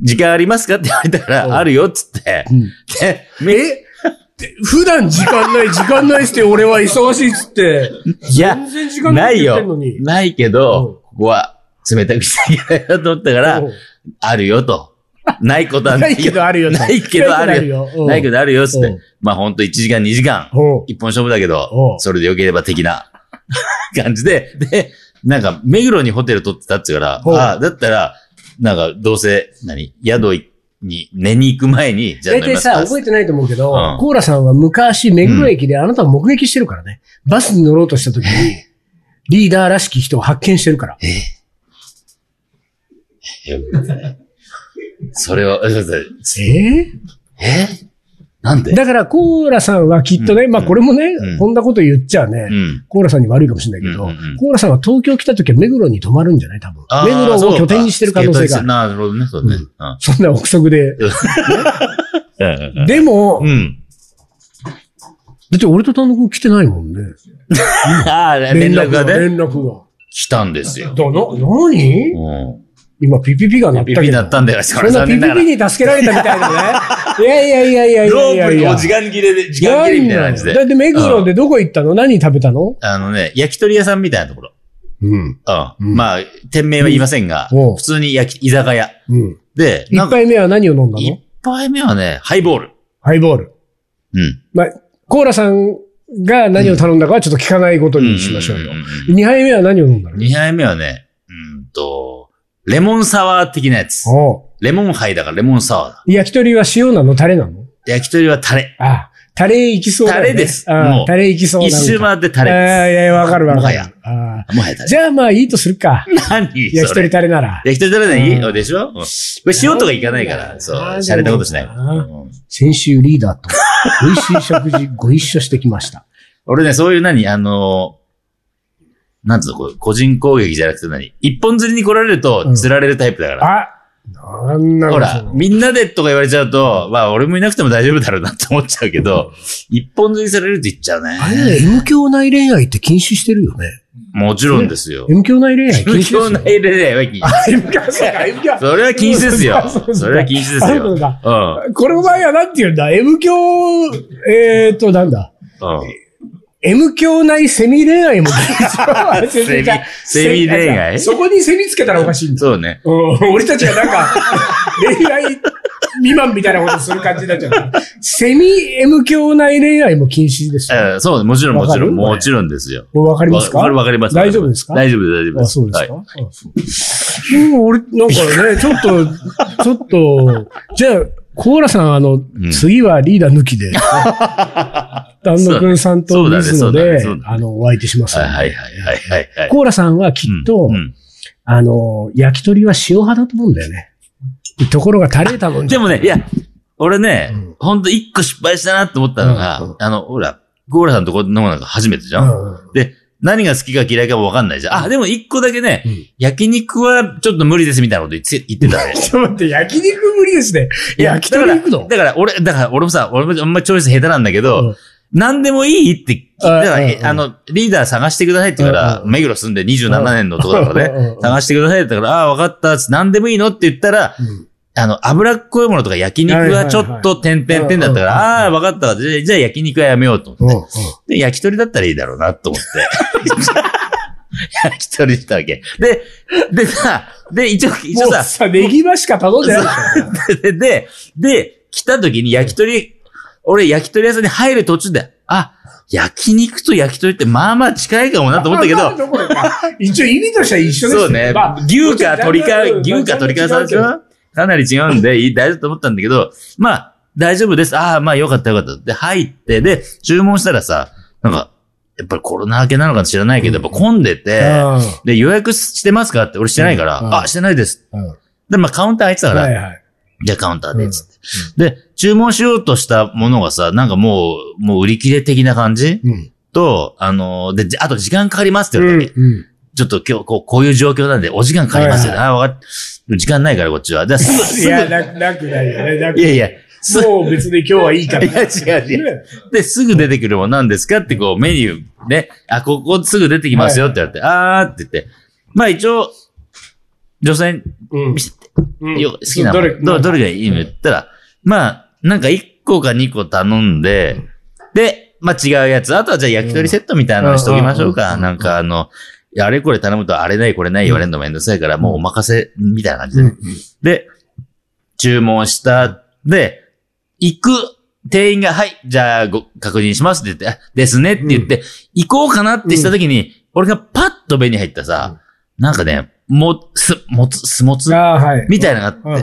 [SPEAKER 2] 時間ありますかって言われたか
[SPEAKER 1] うん
[SPEAKER 2] ら、あるよ、っつって。
[SPEAKER 1] うん
[SPEAKER 2] で、
[SPEAKER 1] ぇえ普段時間ない、時間ないして俺は忙しいっつって。
[SPEAKER 2] いや、
[SPEAKER 1] 全然時間な
[SPEAKER 2] ないい
[SPEAKER 1] って言ってんの
[SPEAKER 2] よ
[SPEAKER 1] に。。
[SPEAKER 2] ないけ
[SPEAKER 1] うん
[SPEAKER 2] ど、ここは冷たくしちゃいけないなと思ったから
[SPEAKER 1] うん、
[SPEAKER 2] あるよと。ないことは
[SPEAKER 1] な
[SPEAKER 2] ないい
[SPEAKER 1] け
[SPEAKER 2] よ。
[SPEAKER 1] どあるよね
[SPEAKER 2] ないけどあるよ。
[SPEAKER 1] うん
[SPEAKER 2] ないけどあるよ、つっ
[SPEAKER 1] うん
[SPEAKER 2] て。まあほんと1時間2時間。
[SPEAKER 1] おう
[SPEAKER 2] 一本勝負だけ
[SPEAKER 1] お
[SPEAKER 2] ど
[SPEAKER 1] う、
[SPEAKER 2] それで良ければ的な感じで、で、なんか、目黒にホテル取ってたって言うから、
[SPEAKER 1] おう
[SPEAKER 2] ああ、だったら、なんか、どうせ、何宿に、寝に行く前に、じゃあ
[SPEAKER 1] 大
[SPEAKER 2] 飲み
[SPEAKER 1] 体
[SPEAKER 2] ます
[SPEAKER 1] さ、
[SPEAKER 2] か。
[SPEAKER 1] 覚えてないと思うけど、
[SPEAKER 2] うん
[SPEAKER 1] コーラさんは昔、目黒駅であなたを目撃してるからね。バスに乗ろうとした時 に、リーダーらしき人を発見してるから。
[SPEAKER 2] いやそれを、え
[SPEAKER 1] え
[SPEAKER 2] えなんで
[SPEAKER 1] だから、コーラさんはきっとね、
[SPEAKER 2] うん
[SPEAKER 1] まあこれもね、
[SPEAKER 2] うん
[SPEAKER 1] こんなこと言っちゃうね、
[SPEAKER 2] うん。
[SPEAKER 1] コーラさんに悪いかもしれないけど、
[SPEAKER 2] うんうんうん
[SPEAKER 1] コーラさんは東京来た時は目黒に泊まるんじゃない多分
[SPEAKER 2] あ。ー
[SPEAKER 1] 目黒を拠点にしてる可能性があ
[SPEAKER 2] そう
[SPEAKER 1] る。
[SPEAKER 2] かなるほどね、そうね。
[SPEAKER 1] そんな憶測で。
[SPEAKER 2] うん
[SPEAKER 1] でも、
[SPEAKER 2] うん。うん。
[SPEAKER 1] だって俺と単独来てないもんね。
[SPEAKER 2] ああ、連絡がね、
[SPEAKER 1] 連絡が。
[SPEAKER 2] 来たんですよ。
[SPEAKER 1] どの、何
[SPEAKER 2] うん。
[SPEAKER 1] 今ピピピが鳴ったけ
[SPEAKER 2] ピ
[SPEAKER 1] ど。
[SPEAKER 2] ピだったんだよ、しか
[SPEAKER 1] そ
[SPEAKER 2] も
[SPEAKER 1] んな
[SPEAKER 2] 残
[SPEAKER 1] ピ
[SPEAKER 2] 念
[SPEAKER 1] ピ
[SPEAKER 2] ながら。
[SPEAKER 1] ピに助けられたみたいなね。いやいやいやいやいやいやいや。
[SPEAKER 2] ロープにも時間切れで、時
[SPEAKER 1] い
[SPEAKER 2] 間
[SPEAKER 1] や
[SPEAKER 2] 切れ
[SPEAKER 1] い
[SPEAKER 2] みたいな
[SPEAKER 1] や
[SPEAKER 2] 感
[SPEAKER 1] い
[SPEAKER 2] じ
[SPEAKER 1] や
[SPEAKER 2] で。
[SPEAKER 1] だって目黒でどこ行ったの何食べたの
[SPEAKER 2] あのね、焼き鳥屋さんみたいなところ。
[SPEAKER 1] うん。
[SPEAKER 2] うん。
[SPEAKER 1] うん
[SPEAKER 2] まあ、店名は言いませんが、
[SPEAKER 1] うんおう
[SPEAKER 2] 普通に焼き、居酒屋。
[SPEAKER 1] うん。
[SPEAKER 2] で、
[SPEAKER 1] 一
[SPEAKER 2] か、
[SPEAKER 1] 杯目は何を飲んだの
[SPEAKER 2] 一杯目はね、ハイボール。
[SPEAKER 1] ハイボール。
[SPEAKER 2] うん。
[SPEAKER 1] まあ、コーラさんが何を頼んだかはちょっと聞かないことにしましょうよ。二杯目は何を飲んだの
[SPEAKER 2] 2杯目はね、うんと、レモンサワー的なやつ。
[SPEAKER 1] お
[SPEAKER 2] レモンハイだからレモンサワーだ。
[SPEAKER 1] う焼き鳥は塩なのタレなの
[SPEAKER 2] 焼き鳥はタレ。
[SPEAKER 1] ああ、タレいきそうだよね。
[SPEAKER 2] タレです
[SPEAKER 1] ああ
[SPEAKER 2] もう
[SPEAKER 1] タレいきそうだ
[SPEAKER 2] 一周回ってタ
[SPEAKER 1] ああ、
[SPEAKER 2] レ
[SPEAKER 1] いやいや、わかるわ
[SPEAKER 2] も
[SPEAKER 1] か
[SPEAKER 2] は
[SPEAKER 1] る
[SPEAKER 2] や。
[SPEAKER 1] あ
[SPEAKER 2] です。もはやタ
[SPEAKER 1] あ
[SPEAKER 2] レ。
[SPEAKER 1] じゃあまあいいとするか。
[SPEAKER 2] 何 それ
[SPEAKER 1] 焼き鳥タレなら。
[SPEAKER 2] 焼き鳥食べない
[SPEAKER 1] うん
[SPEAKER 2] でしょ、うんこれ塩とかいかないから、そう、
[SPEAKER 1] あー
[SPEAKER 2] 洒落たことしない。
[SPEAKER 1] じゃあ
[SPEAKER 2] うん
[SPEAKER 1] 先週リーダーと美味しい食事ご一緒してきました。
[SPEAKER 2] 俺ね、そういう何、あのー、なんつうの、こう個人攻撃じゃなくて何一本釣りに来られる
[SPEAKER 1] う
[SPEAKER 2] と
[SPEAKER 1] ん
[SPEAKER 2] 釣られるタイプだから。
[SPEAKER 1] あなんなの
[SPEAKER 2] ほ
[SPEAKER 1] そ
[SPEAKER 2] ら
[SPEAKER 1] の、
[SPEAKER 2] みんなでとか言われちゃうと、まあ俺もいなくても大丈夫だろうなって思っちゃうけど、一本釣りされるって言っちゃう
[SPEAKER 1] あれだよ
[SPEAKER 2] ね。
[SPEAKER 1] M 教内恋愛って禁止してるよね。
[SPEAKER 2] もちろんですよ。
[SPEAKER 1] M 教内恋 愛禁止
[SPEAKER 2] 無
[SPEAKER 1] ですよ
[SPEAKER 2] 償な。入れれば禁止。
[SPEAKER 1] M 教、そうか、M 教。
[SPEAKER 2] それは禁止ですよ
[SPEAKER 1] そうそう。
[SPEAKER 2] それは禁止です
[SPEAKER 1] あそう
[SPEAKER 2] よ。
[SPEAKER 1] か
[SPEAKER 2] うん。
[SPEAKER 1] この場合はなんて言うんだ ?M 教、えーと、なんだ
[SPEAKER 2] うん。
[SPEAKER 1] ?M 教内セミ恋愛も禁止
[SPEAKER 2] セミ セミ恋愛
[SPEAKER 1] そこにセミつけたらおかしいんだ。
[SPEAKER 2] そうね。
[SPEAKER 1] うん俺たちがなんか、恋愛未満みたいなことする感じになっちゃう。セミ M 教内恋愛も禁止ですよ。
[SPEAKER 2] えーそう、もちろんもちろ
[SPEAKER 1] わ
[SPEAKER 2] ん、
[SPEAKER 1] かる
[SPEAKER 2] もちろんですよ。
[SPEAKER 1] これわかりますか
[SPEAKER 2] わわかります。
[SPEAKER 1] 大丈夫ですか
[SPEAKER 2] 大丈夫です、大丈夫で
[SPEAKER 1] あ、
[SPEAKER 2] す。
[SPEAKER 1] そうですか、
[SPEAKER 2] はい
[SPEAKER 1] うん、俺、なんかね、ちょっ と、ちょっと、じゃあ、コーラさん、あの、
[SPEAKER 2] ん
[SPEAKER 1] 次はリーダー抜きで、丹野くんさんと
[SPEAKER 2] そうだね
[SPEAKER 1] 水
[SPEAKER 2] そ
[SPEAKER 1] 野
[SPEAKER 2] うだね
[SPEAKER 1] で
[SPEAKER 2] そうだね、
[SPEAKER 1] あの、お相手しますので。
[SPEAKER 2] はいはいはいはいはい。
[SPEAKER 1] コーラさんはきっと
[SPEAKER 2] うん、うん
[SPEAKER 1] あの、焼き鳥は塩派だと思うんだよね。ところがタレ頼 んじ
[SPEAKER 2] で
[SPEAKER 1] ゃう。
[SPEAKER 2] もね、いや、俺ね
[SPEAKER 1] うん、
[SPEAKER 2] ほんと一個失敗したなって思ったのが、
[SPEAKER 1] うんうん
[SPEAKER 2] あの、ほら、ゴーラさんとこのなんか初めてじゃん。
[SPEAKER 1] うん
[SPEAKER 2] 何が好きか嫌いかもわかんないじゃん。あ、でも一個だけね、
[SPEAKER 1] うん
[SPEAKER 2] 焼肉はちょっと無理ですみたいなこと言って言ってた ね。
[SPEAKER 1] ちょっと待って、焼肉無理ですね。
[SPEAKER 2] いや
[SPEAKER 1] 焼き鳥行くの
[SPEAKER 2] だから俺、だから俺もさ、俺もあんまチョイス下手なんだけど、
[SPEAKER 1] うん
[SPEAKER 2] 何でもいいって聞いた
[SPEAKER 1] あ
[SPEAKER 2] ら、
[SPEAKER 1] うん
[SPEAKER 2] えあの、リーダー探してくださいって言うから、
[SPEAKER 1] うん
[SPEAKER 2] 目黒住んで27年のとこだからね、
[SPEAKER 1] ね
[SPEAKER 2] 探してくださいって言ったから、ああ、わかったっつって、何でもいいのって言ったら、あの、脂っこいものとか焼肉はちょっと点々点だっ
[SPEAKER 1] はいは
[SPEAKER 2] たか
[SPEAKER 1] い
[SPEAKER 2] ら、あ
[SPEAKER 1] はい
[SPEAKER 2] あー、わかったわ。じゃあじゃあ焼肉はやめようと思って。
[SPEAKER 1] う
[SPEAKER 2] で、焼き鳥だったらいいだろうなと思 って。焼き鳥にしたわけ。で、でさ、で、一応、一
[SPEAKER 1] ん。
[SPEAKER 2] 応
[SPEAKER 1] もう
[SPEAKER 2] さ、
[SPEAKER 1] さ、ネギマしか頼んでないでし
[SPEAKER 2] で、 で、で、来た時に焼き鳥、俺焼き鳥屋さんに入る途中で、あ、焼肉と焼き鳥ってまあまあ近いかも
[SPEAKER 1] ょ。
[SPEAKER 2] なと思ったけ
[SPEAKER 1] まあ
[SPEAKER 2] ど、
[SPEAKER 1] まあこれか一応意味としては一緒です
[SPEAKER 2] そうね、
[SPEAKER 1] まあ
[SPEAKER 2] 牛か鳥か、
[SPEAKER 1] もちろ
[SPEAKER 2] 牛
[SPEAKER 1] ん
[SPEAKER 2] か鳥
[SPEAKER 1] ジ
[SPEAKER 2] か
[SPEAKER 1] ャ
[SPEAKER 2] さ
[SPEAKER 1] ンル
[SPEAKER 2] んでしょかなり違うんで、いい大丈夫と思ったんだけど、まあ、大丈夫です。ああ、まあよかったよかった。で、入って、で、注文したらさ、なんか、やっぱりコロナ明けなのか知らないけど、やっぱ混んでて、
[SPEAKER 1] うん
[SPEAKER 2] で、予約してますかって、俺してないから、
[SPEAKER 1] うんうん
[SPEAKER 2] あ、してないです。
[SPEAKER 1] うん
[SPEAKER 2] で、まあカウンター入ってたから、
[SPEAKER 1] はいはい。
[SPEAKER 2] じゃあカウンターで、つって、で、注文しようとしたものがさ、なんかもう、もう売り切れ的な感じ
[SPEAKER 1] うん。
[SPEAKER 2] と、あの、で、じあと時間かかりますって
[SPEAKER 1] う
[SPEAKER 2] 言われ
[SPEAKER 1] ん
[SPEAKER 2] たわけ。ちょっと今日、こう、こういう状況なんで、お時間かかりますよ、ああ、わかっ、時間ないからこっちは。で、すぐ、
[SPEAKER 1] い
[SPEAKER 2] すぐ、い
[SPEAKER 1] や、
[SPEAKER 2] や
[SPEAKER 1] なく、なくないよね。なく
[SPEAKER 2] いや、す
[SPEAKER 1] もう別に今日はいいから。
[SPEAKER 2] いや違う違
[SPEAKER 1] う。
[SPEAKER 2] で、すぐ出てくるもんなんですかってこう、メニュー、ね、あ、ここすぐ出てきますよって言われて、あーって言って、まあ一応、女性
[SPEAKER 1] うんうん
[SPEAKER 2] よ好きなの。
[SPEAKER 1] ど
[SPEAKER 2] ど
[SPEAKER 1] れ
[SPEAKER 2] れ、
[SPEAKER 1] まあ
[SPEAKER 2] どれがいいの言ったら、まあ、なんか1個か2個頼んで、で、まあ違うやつ。あとはじゃあ焼き鳥セットみたいなのにしときまし
[SPEAKER 1] う
[SPEAKER 2] ょう
[SPEAKER 1] んうん
[SPEAKER 2] か。
[SPEAKER 1] うん
[SPEAKER 2] なんかあの、いやあれこれ頼むとあれないこれない言われるのめんどくさいから、もうお任せみたいな感じ
[SPEAKER 1] う
[SPEAKER 2] で。
[SPEAKER 1] ん
[SPEAKER 2] で、注文した。で、行く店員が、はい、じゃあご確認しますって言って、あですねって言って、行こうかなってした時に、俺がパッと目に入ったさ、なんかね、も、す、もつ、すもつ
[SPEAKER 1] ああ、はい。
[SPEAKER 2] みたいなの
[SPEAKER 1] う
[SPEAKER 2] が
[SPEAKER 1] ん
[SPEAKER 2] あ
[SPEAKER 1] う
[SPEAKER 2] っ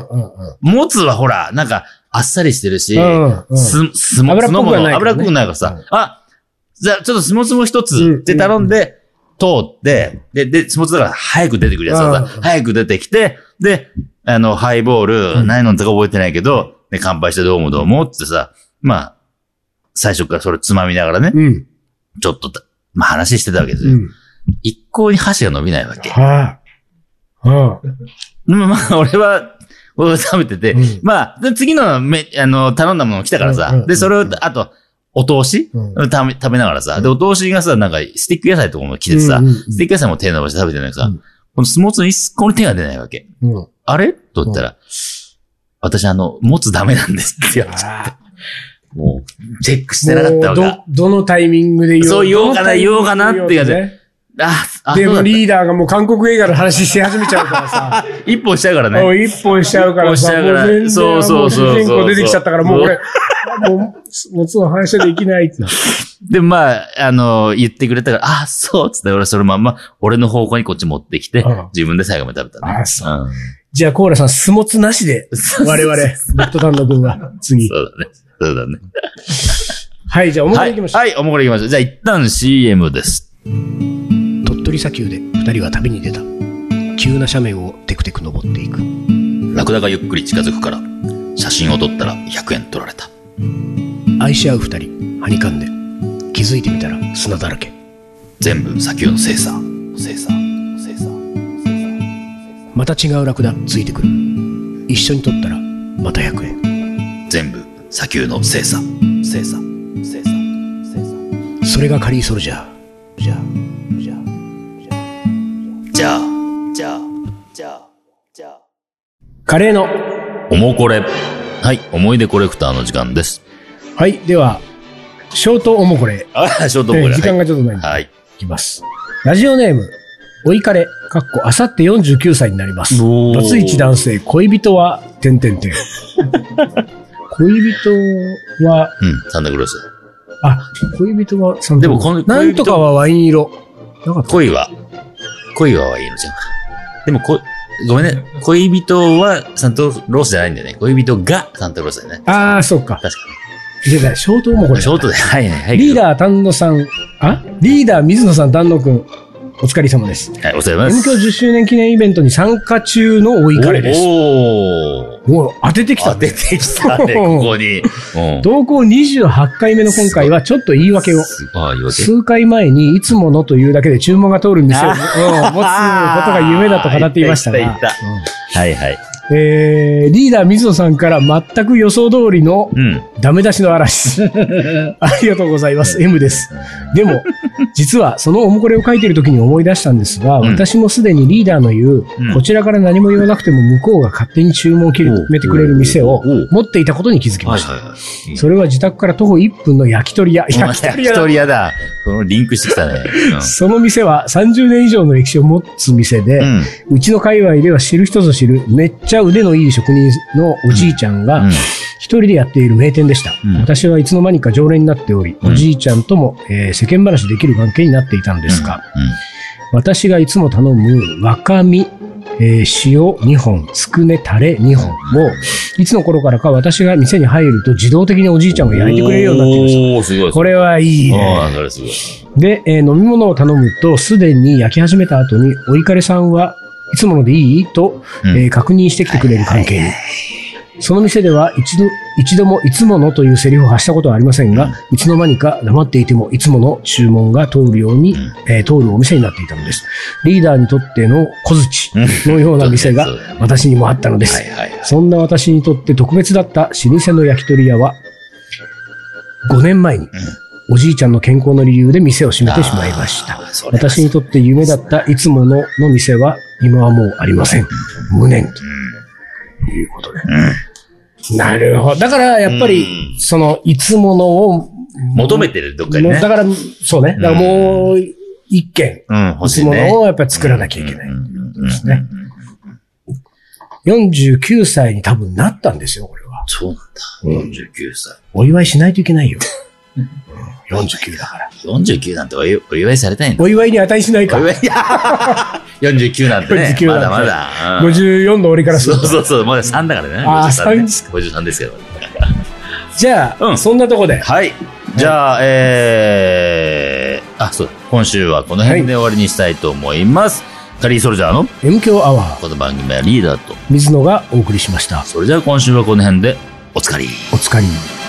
[SPEAKER 2] て、もつはほら、なんか、あっさりしてるし、
[SPEAKER 1] んうん。うん
[SPEAKER 2] す、すもつのもの、
[SPEAKER 1] 脂
[SPEAKER 2] 脂
[SPEAKER 1] っこくなから
[SPEAKER 2] っこくない
[SPEAKER 1] ね
[SPEAKER 2] いからさ、あ、じゃあちょっとすもつも一
[SPEAKER 1] うん
[SPEAKER 2] つって頼んで、通って、で、で、すもつだから早く出てくるやつだ
[SPEAKER 1] うん
[SPEAKER 2] 早く出てきて、で、あの、ハイボー
[SPEAKER 1] うん
[SPEAKER 2] ル、何飲んだか覚えてないけど、で、乾杯してどうもどうもってさ、まあ、最初からそれつまみながらね、
[SPEAKER 1] うん。
[SPEAKER 2] ちょっとた、まあ話してたわけです
[SPEAKER 1] う
[SPEAKER 2] よ。
[SPEAKER 1] ん。
[SPEAKER 2] 一向に箸が伸びないわけ。
[SPEAKER 1] はい。うん。
[SPEAKER 2] でもまあ、俺は、俺は食べてて、
[SPEAKER 1] うん
[SPEAKER 2] まあ、で次のめ、あの、頼んだもの来たから
[SPEAKER 1] うん
[SPEAKER 2] さ、
[SPEAKER 1] うんうん
[SPEAKER 2] で、それを、あと、お通し、
[SPEAKER 1] うん
[SPEAKER 2] 食べ食べながらさ、で、お通しがさ、なんか、スティック野菜とかも来てさ、スティック野菜も手伸ばして食べてないからさ、
[SPEAKER 1] うん
[SPEAKER 2] このスモーツに一個に手が出ないわけ。
[SPEAKER 1] うんうん
[SPEAKER 2] あれと言ったら、私、あの、持つダメなんですって言われちゃって
[SPEAKER 1] あ
[SPEAKER 2] もう、チェックしてなかった
[SPEAKER 1] ー
[SPEAKER 2] わ
[SPEAKER 1] もう
[SPEAKER 2] け
[SPEAKER 1] ど、どのタイミングで言おう
[SPEAKER 2] そう言おう
[SPEAKER 1] どの
[SPEAKER 2] かな
[SPEAKER 1] タイミングでお
[SPEAKER 2] 言おうかなって感じ
[SPEAKER 1] ね
[SPEAKER 2] あ、あ、
[SPEAKER 1] で
[SPEAKER 2] そ
[SPEAKER 1] も
[SPEAKER 2] うだった
[SPEAKER 1] リーダーがもう韓国映画の話し始めちゃうからさ。
[SPEAKER 2] 一本しちゃうから
[SPEAKER 1] も
[SPEAKER 2] ね。
[SPEAKER 1] う一本しちゃうから
[SPEAKER 2] 一本しち
[SPEAKER 1] さ、
[SPEAKER 2] ゃう
[SPEAKER 1] も
[SPEAKER 2] か
[SPEAKER 1] う
[SPEAKER 2] ら
[SPEAKER 1] 全然、
[SPEAKER 2] そうそうそう
[SPEAKER 1] も主人
[SPEAKER 2] そう
[SPEAKER 1] 公出てきちゃったから、もう俺、もう、もうその話はできないってな。
[SPEAKER 2] で、まあ、あの、言ってくれたから、あ、そうっつって、俺そのまんま、俺の方向にこっち持ってきて
[SPEAKER 1] うん、
[SPEAKER 2] 自分で最後まで食べたね。
[SPEAKER 1] あそ
[SPEAKER 2] うん
[SPEAKER 1] じゃあ、コーラさん、スモツなしで、我々、僕と丹野くんは、次。
[SPEAKER 2] そうだね。そうだね。
[SPEAKER 1] はい、じゃあ、おも
[SPEAKER 2] は
[SPEAKER 1] れいき
[SPEAKER 2] い、
[SPEAKER 1] ましょう。
[SPEAKER 2] はい、おもこれいきましょう。じゃあ一旦 CM です。
[SPEAKER 4] 鳥取砂丘で2人は旅に出た急な斜面をテクテク登っていく
[SPEAKER 2] ラクダがゆっくり近づくから、写真を撮ったら100円取られた。
[SPEAKER 4] 愛し合う2人はにかんで気づいてみたら砂だらけ
[SPEAKER 2] 全部砂丘の精査。精査。精査。
[SPEAKER 4] また違うラクダついてくる一緒に撮ったらまた100円
[SPEAKER 2] 全部砂丘の精査。精査。精査。精査。
[SPEAKER 4] それがカリーソルジャーじゃあじゃあ
[SPEAKER 2] じゃあ、じゃあ、じゃあ、じゃあ。
[SPEAKER 1] カレーの。
[SPEAKER 2] おもこれ。はい、思い出コレクターの時間です。
[SPEAKER 1] はい、では、ショートおもこれ。
[SPEAKER 2] ああ、ショート
[SPEAKER 1] え
[SPEAKER 2] コ
[SPEAKER 1] ー
[SPEAKER 2] レ。
[SPEAKER 1] 時間がちょっとないんで、
[SPEAKER 2] はい。
[SPEAKER 1] いきます。ラジオネーム、おいかれ、かっこ、あさって49歳になります。
[SPEAKER 2] おー
[SPEAKER 1] バツイチ男性、恋人は、てんてんてん。 恋人は、
[SPEAKER 2] うん、サンダクロス。
[SPEAKER 1] あ、恋人は、その
[SPEAKER 2] でもこの
[SPEAKER 1] なんとかはワイン色。なかった。
[SPEAKER 2] 恋は、恋はいいのじゃん。でもこ、ごめんね。恋人はサンタロースじゃないんだよね。恋人がサンタロースだよね。
[SPEAKER 1] ああ、そうか。
[SPEAKER 2] 確か
[SPEAKER 1] いやいや、ショートもこれ。
[SPEAKER 2] ショートで、はいはいはい。
[SPEAKER 1] リーダー丹野さん、あリーダー水野さん丹野くん、お疲れ様です。
[SPEAKER 2] はい、お世話になりま
[SPEAKER 1] M
[SPEAKER 2] す。
[SPEAKER 1] 響10周年記念イベントに参加中のお怒りです。
[SPEAKER 2] おー。
[SPEAKER 1] お当ててきた
[SPEAKER 2] あ、出てきた ね、ここに。うん。
[SPEAKER 1] 同行28回目の今回はちょっと言い訳を。
[SPEAKER 2] すごいあ言い訳。
[SPEAKER 1] 数回前にいつものというだけで注文が通る店をうん持つことが夢だと語っていました
[SPEAKER 2] あー言
[SPEAKER 1] が
[SPEAKER 2] っ、た言ったはいはい。
[SPEAKER 1] えー、リーダー水野さんから全く予想通りの
[SPEAKER 2] うん。
[SPEAKER 1] ダメ出しの嵐 です。ありがとうございます。M です。でも、実はそのおもこれを書いている時に思い出したんですが、
[SPEAKER 2] うん
[SPEAKER 1] 私もすでにリーダーの言う、
[SPEAKER 2] うん
[SPEAKER 1] こちらから何も言わなくても向こうが勝手に注文を切る
[SPEAKER 2] おう
[SPEAKER 1] 決めてくれる店を
[SPEAKER 2] おう
[SPEAKER 1] 持っていたことに気づきました。
[SPEAKER 2] はい。
[SPEAKER 1] それは自宅から徒歩1分の焼き鳥屋。
[SPEAKER 2] 焼き鳥屋だ。このリンクしてきたね。
[SPEAKER 1] その店は30年以上の歴史を持つ店で、
[SPEAKER 2] うん。うん。
[SPEAKER 1] うちの界隈では知る人ぞ知る、めっちゃ腕のいい職人のおじいちゃんが、一人でやっている名店でした。
[SPEAKER 2] うん
[SPEAKER 1] 私はいつの間にか常連になっており、
[SPEAKER 2] うん
[SPEAKER 1] おじいちゃんとも、えー世間話できる関係になっていたんですが、私がいつも頼む若身、えー塩2本、つくねタレ2本を、いつの頃からか私が店に入ると自動的におじいちゃんが焼いてくれるようになっていました。
[SPEAKER 2] おー、すごい。
[SPEAKER 1] これはいいね。
[SPEAKER 2] ああ、それすごい。
[SPEAKER 1] で、えー飲み物を頼むと、すでに焼き始めた後に、お怒りさんはいつものでいいと、
[SPEAKER 2] うん
[SPEAKER 1] えー確認してきてくれる関係に。その店では一度、一度もいつものというセリフを発したことはありませんが、いつの間にか黙っていてもいつもの注文が通るように、
[SPEAKER 2] うん
[SPEAKER 1] えー通るお店になっていたのです。リーダーにとっての小槌のような店が
[SPEAKER 2] うんそうだね
[SPEAKER 1] 私にもあったのです
[SPEAKER 2] はい。はいはい。
[SPEAKER 1] そんな私にとって特別だった老舗の焼き鳥屋は、5年前に、おじいちゃんの健康の理由で店を閉めてしまいました。
[SPEAKER 2] あー。それは
[SPEAKER 1] 私にとって夢だったいつものの店は、今はもうありません。無念。ということで。なるほど。だから、やっぱ
[SPEAKER 2] う
[SPEAKER 1] り
[SPEAKER 2] ん、
[SPEAKER 1] その、いつものを、
[SPEAKER 2] 求めてる、どっかに
[SPEAKER 1] もう
[SPEAKER 2] ね
[SPEAKER 1] だ。から、そうね。だからもう、一軒、
[SPEAKER 2] うん、
[SPEAKER 1] い
[SPEAKER 2] 欲し
[SPEAKER 1] つ
[SPEAKER 2] い
[SPEAKER 1] も
[SPEAKER 2] ね。
[SPEAKER 1] のをやっぱり作らなきゃいけない。
[SPEAKER 2] うん
[SPEAKER 1] ですね。49歳に多分なったんですよ、これは。
[SPEAKER 2] そうなんだ。49歳。
[SPEAKER 1] お祝いしないといけない よ。うん49だから。
[SPEAKER 2] 49なんてお祝お祝いされたいんだ。
[SPEAKER 1] お祝いに値しない
[SPEAKER 2] お
[SPEAKER 1] か。
[SPEAKER 2] 祝い、いや 49なんてね。
[SPEAKER 1] 49
[SPEAKER 2] ま
[SPEAKER 1] なんて
[SPEAKER 2] だまだ。うん
[SPEAKER 1] 54の俺からす
[SPEAKER 2] そ
[SPEAKER 1] る
[SPEAKER 2] う
[SPEAKER 1] と。
[SPEAKER 2] そうそう、まだ3だからね。
[SPEAKER 1] あー
[SPEAKER 2] 53ね
[SPEAKER 1] 3です
[SPEAKER 2] 53ですけど。
[SPEAKER 1] じゃあ、
[SPEAKER 2] うん
[SPEAKER 1] そんなとこで。
[SPEAKER 2] はい。じゃあ、えー、あ、そうだ。今週はこの辺で終わりにしたいと思います。カリーソルジャーの
[SPEAKER 1] M 強アワー、
[SPEAKER 2] この番組はリーダーと。
[SPEAKER 1] 水野がお送りしました。
[SPEAKER 2] それじゃあ今週はこの辺でおつかり。
[SPEAKER 1] お疲れ。